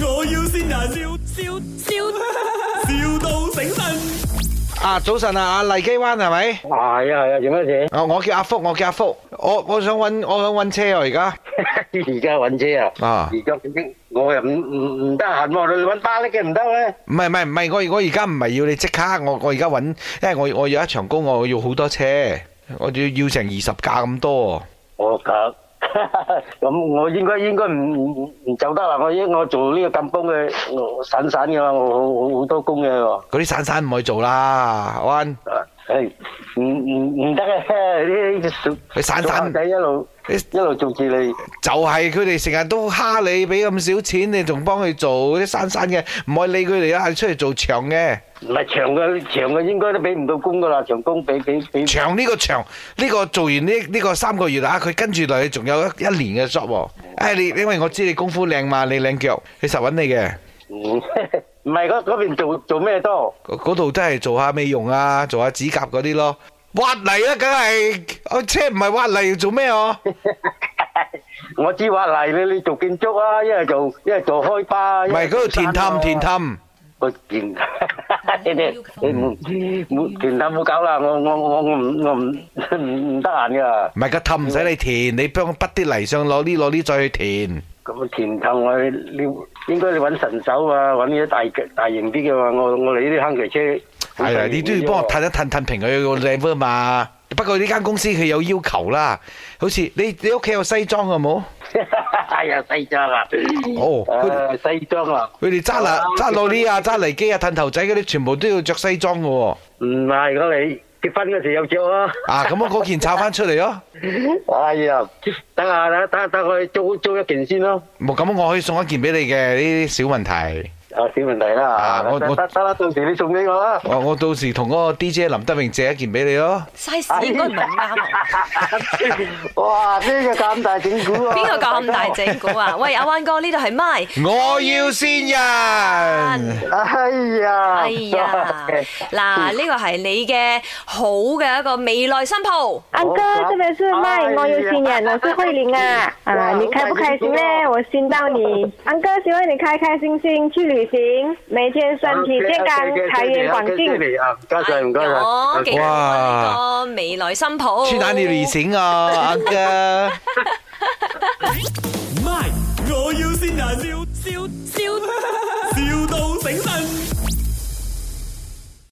要先人，笑笑笑，,笑到醒 神。啊，早晨啊，阿麗基灣係咪？係啊係啊，做乜嘢？ 啊，我叫阿福，我叫阿福，我我想揾我想揾車啊，而家而家揾車啊！啊，而家已經我又唔唔唔得閒喎，你揾巴力嘅唔得咩？唔係唔係唔係，我我而家唔係要你即刻，我我而家揾，因為我我有一場工，我要好多車，我要要成二十架咁多。哦我咁 咁，我應該應該唔唔唔走得啦！我應我做呢個咁工嘅，我散散嘅嘛，我好好好多工嘅喎。嗰啲散散唔去做啦，阿灣，啊唉，唔唔唔得嘅，呢啲你散小散朋，仔一路你一路做住你，就係佢哋成日都蝦你，俾咁少錢，你仲幫佢做啲散散嘅，唔可以理佢哋啦，出嚟做長嘅，唔係長嘅長嘅應該都俾唔到工噶啦，長工俾俾俾長呢個長呢、個做完呢呢、個三個月啦，佢跟住落去仲有一一年嘅 job 喎。哎你因為我知你功夫靚嘛，你靚腳，你實揾你嘅。唔唔係嗰嗰邊做做咩多？嗰嗰度真係做下美容啊，做下指甲嗰啲咯。挖泥啦、梗係，我車唔係挖泥做咩哦？我知挖泥你你做建築啊，一係做一係做開巴，唔唔係嗰度填氹填。氹。我填， 你哋你唔冇填氹冇搞啦，我我我我唔我唔唔唔得閒噶。唔係個氹唔使你填，你幫筆啲泥上攞啲攞啲再去填。咁填氹我你應該你揾神手啊，揾啲大嘅大型啲嘅嘛。我我哋呢啲坑渠車，係啊，你都要幫 我褪一褪褪平佢個 level 啊嘛。不過呢間公司佢有要求啦，好似你你屋企有西裝嘅冇？哎呀，西裝啊！哦 Ờ, 佢誒，西裝啊！佢哋揸拿揸攞呢啊，揸泥機啊，褪頭仔嗰啲，全部都要着西裝嘅喎。唔係我哋結婚嗰時有着啊！啊，咁我嗰件炒翻出嚟咯。哎呀，等下等下等下我去租租一件先咯。冇咁，我可以送一件俾你嘅呢啲小問題。啊，小問題啊啦，我得我得得啦，到時你送俾我啦。我我到時同嗰個 DJ 林德榮借一件俾你咯。 size 應該唔係啱啊哎 我。哇！呢個咁大整蠱啊！邊個咁大整 蠱啊？喂，阿灣哥呢度係咪？我要先人，哎呀！哎 呀，嗱呢個係你嘅好嘅一個未來新抱。安哥，好这边是哎麦呀，我有新人，我是慧玲啊， 哇啊，你开不开心呢好开心哦？我心到 你，安哥，希望你开开心心去旅行，每天身体健康，财源广进。啊！唔該晒，唔該哎呦幾晒。好啊哇呢哦個未來新抱。去哪裡旅行啊，阿哥？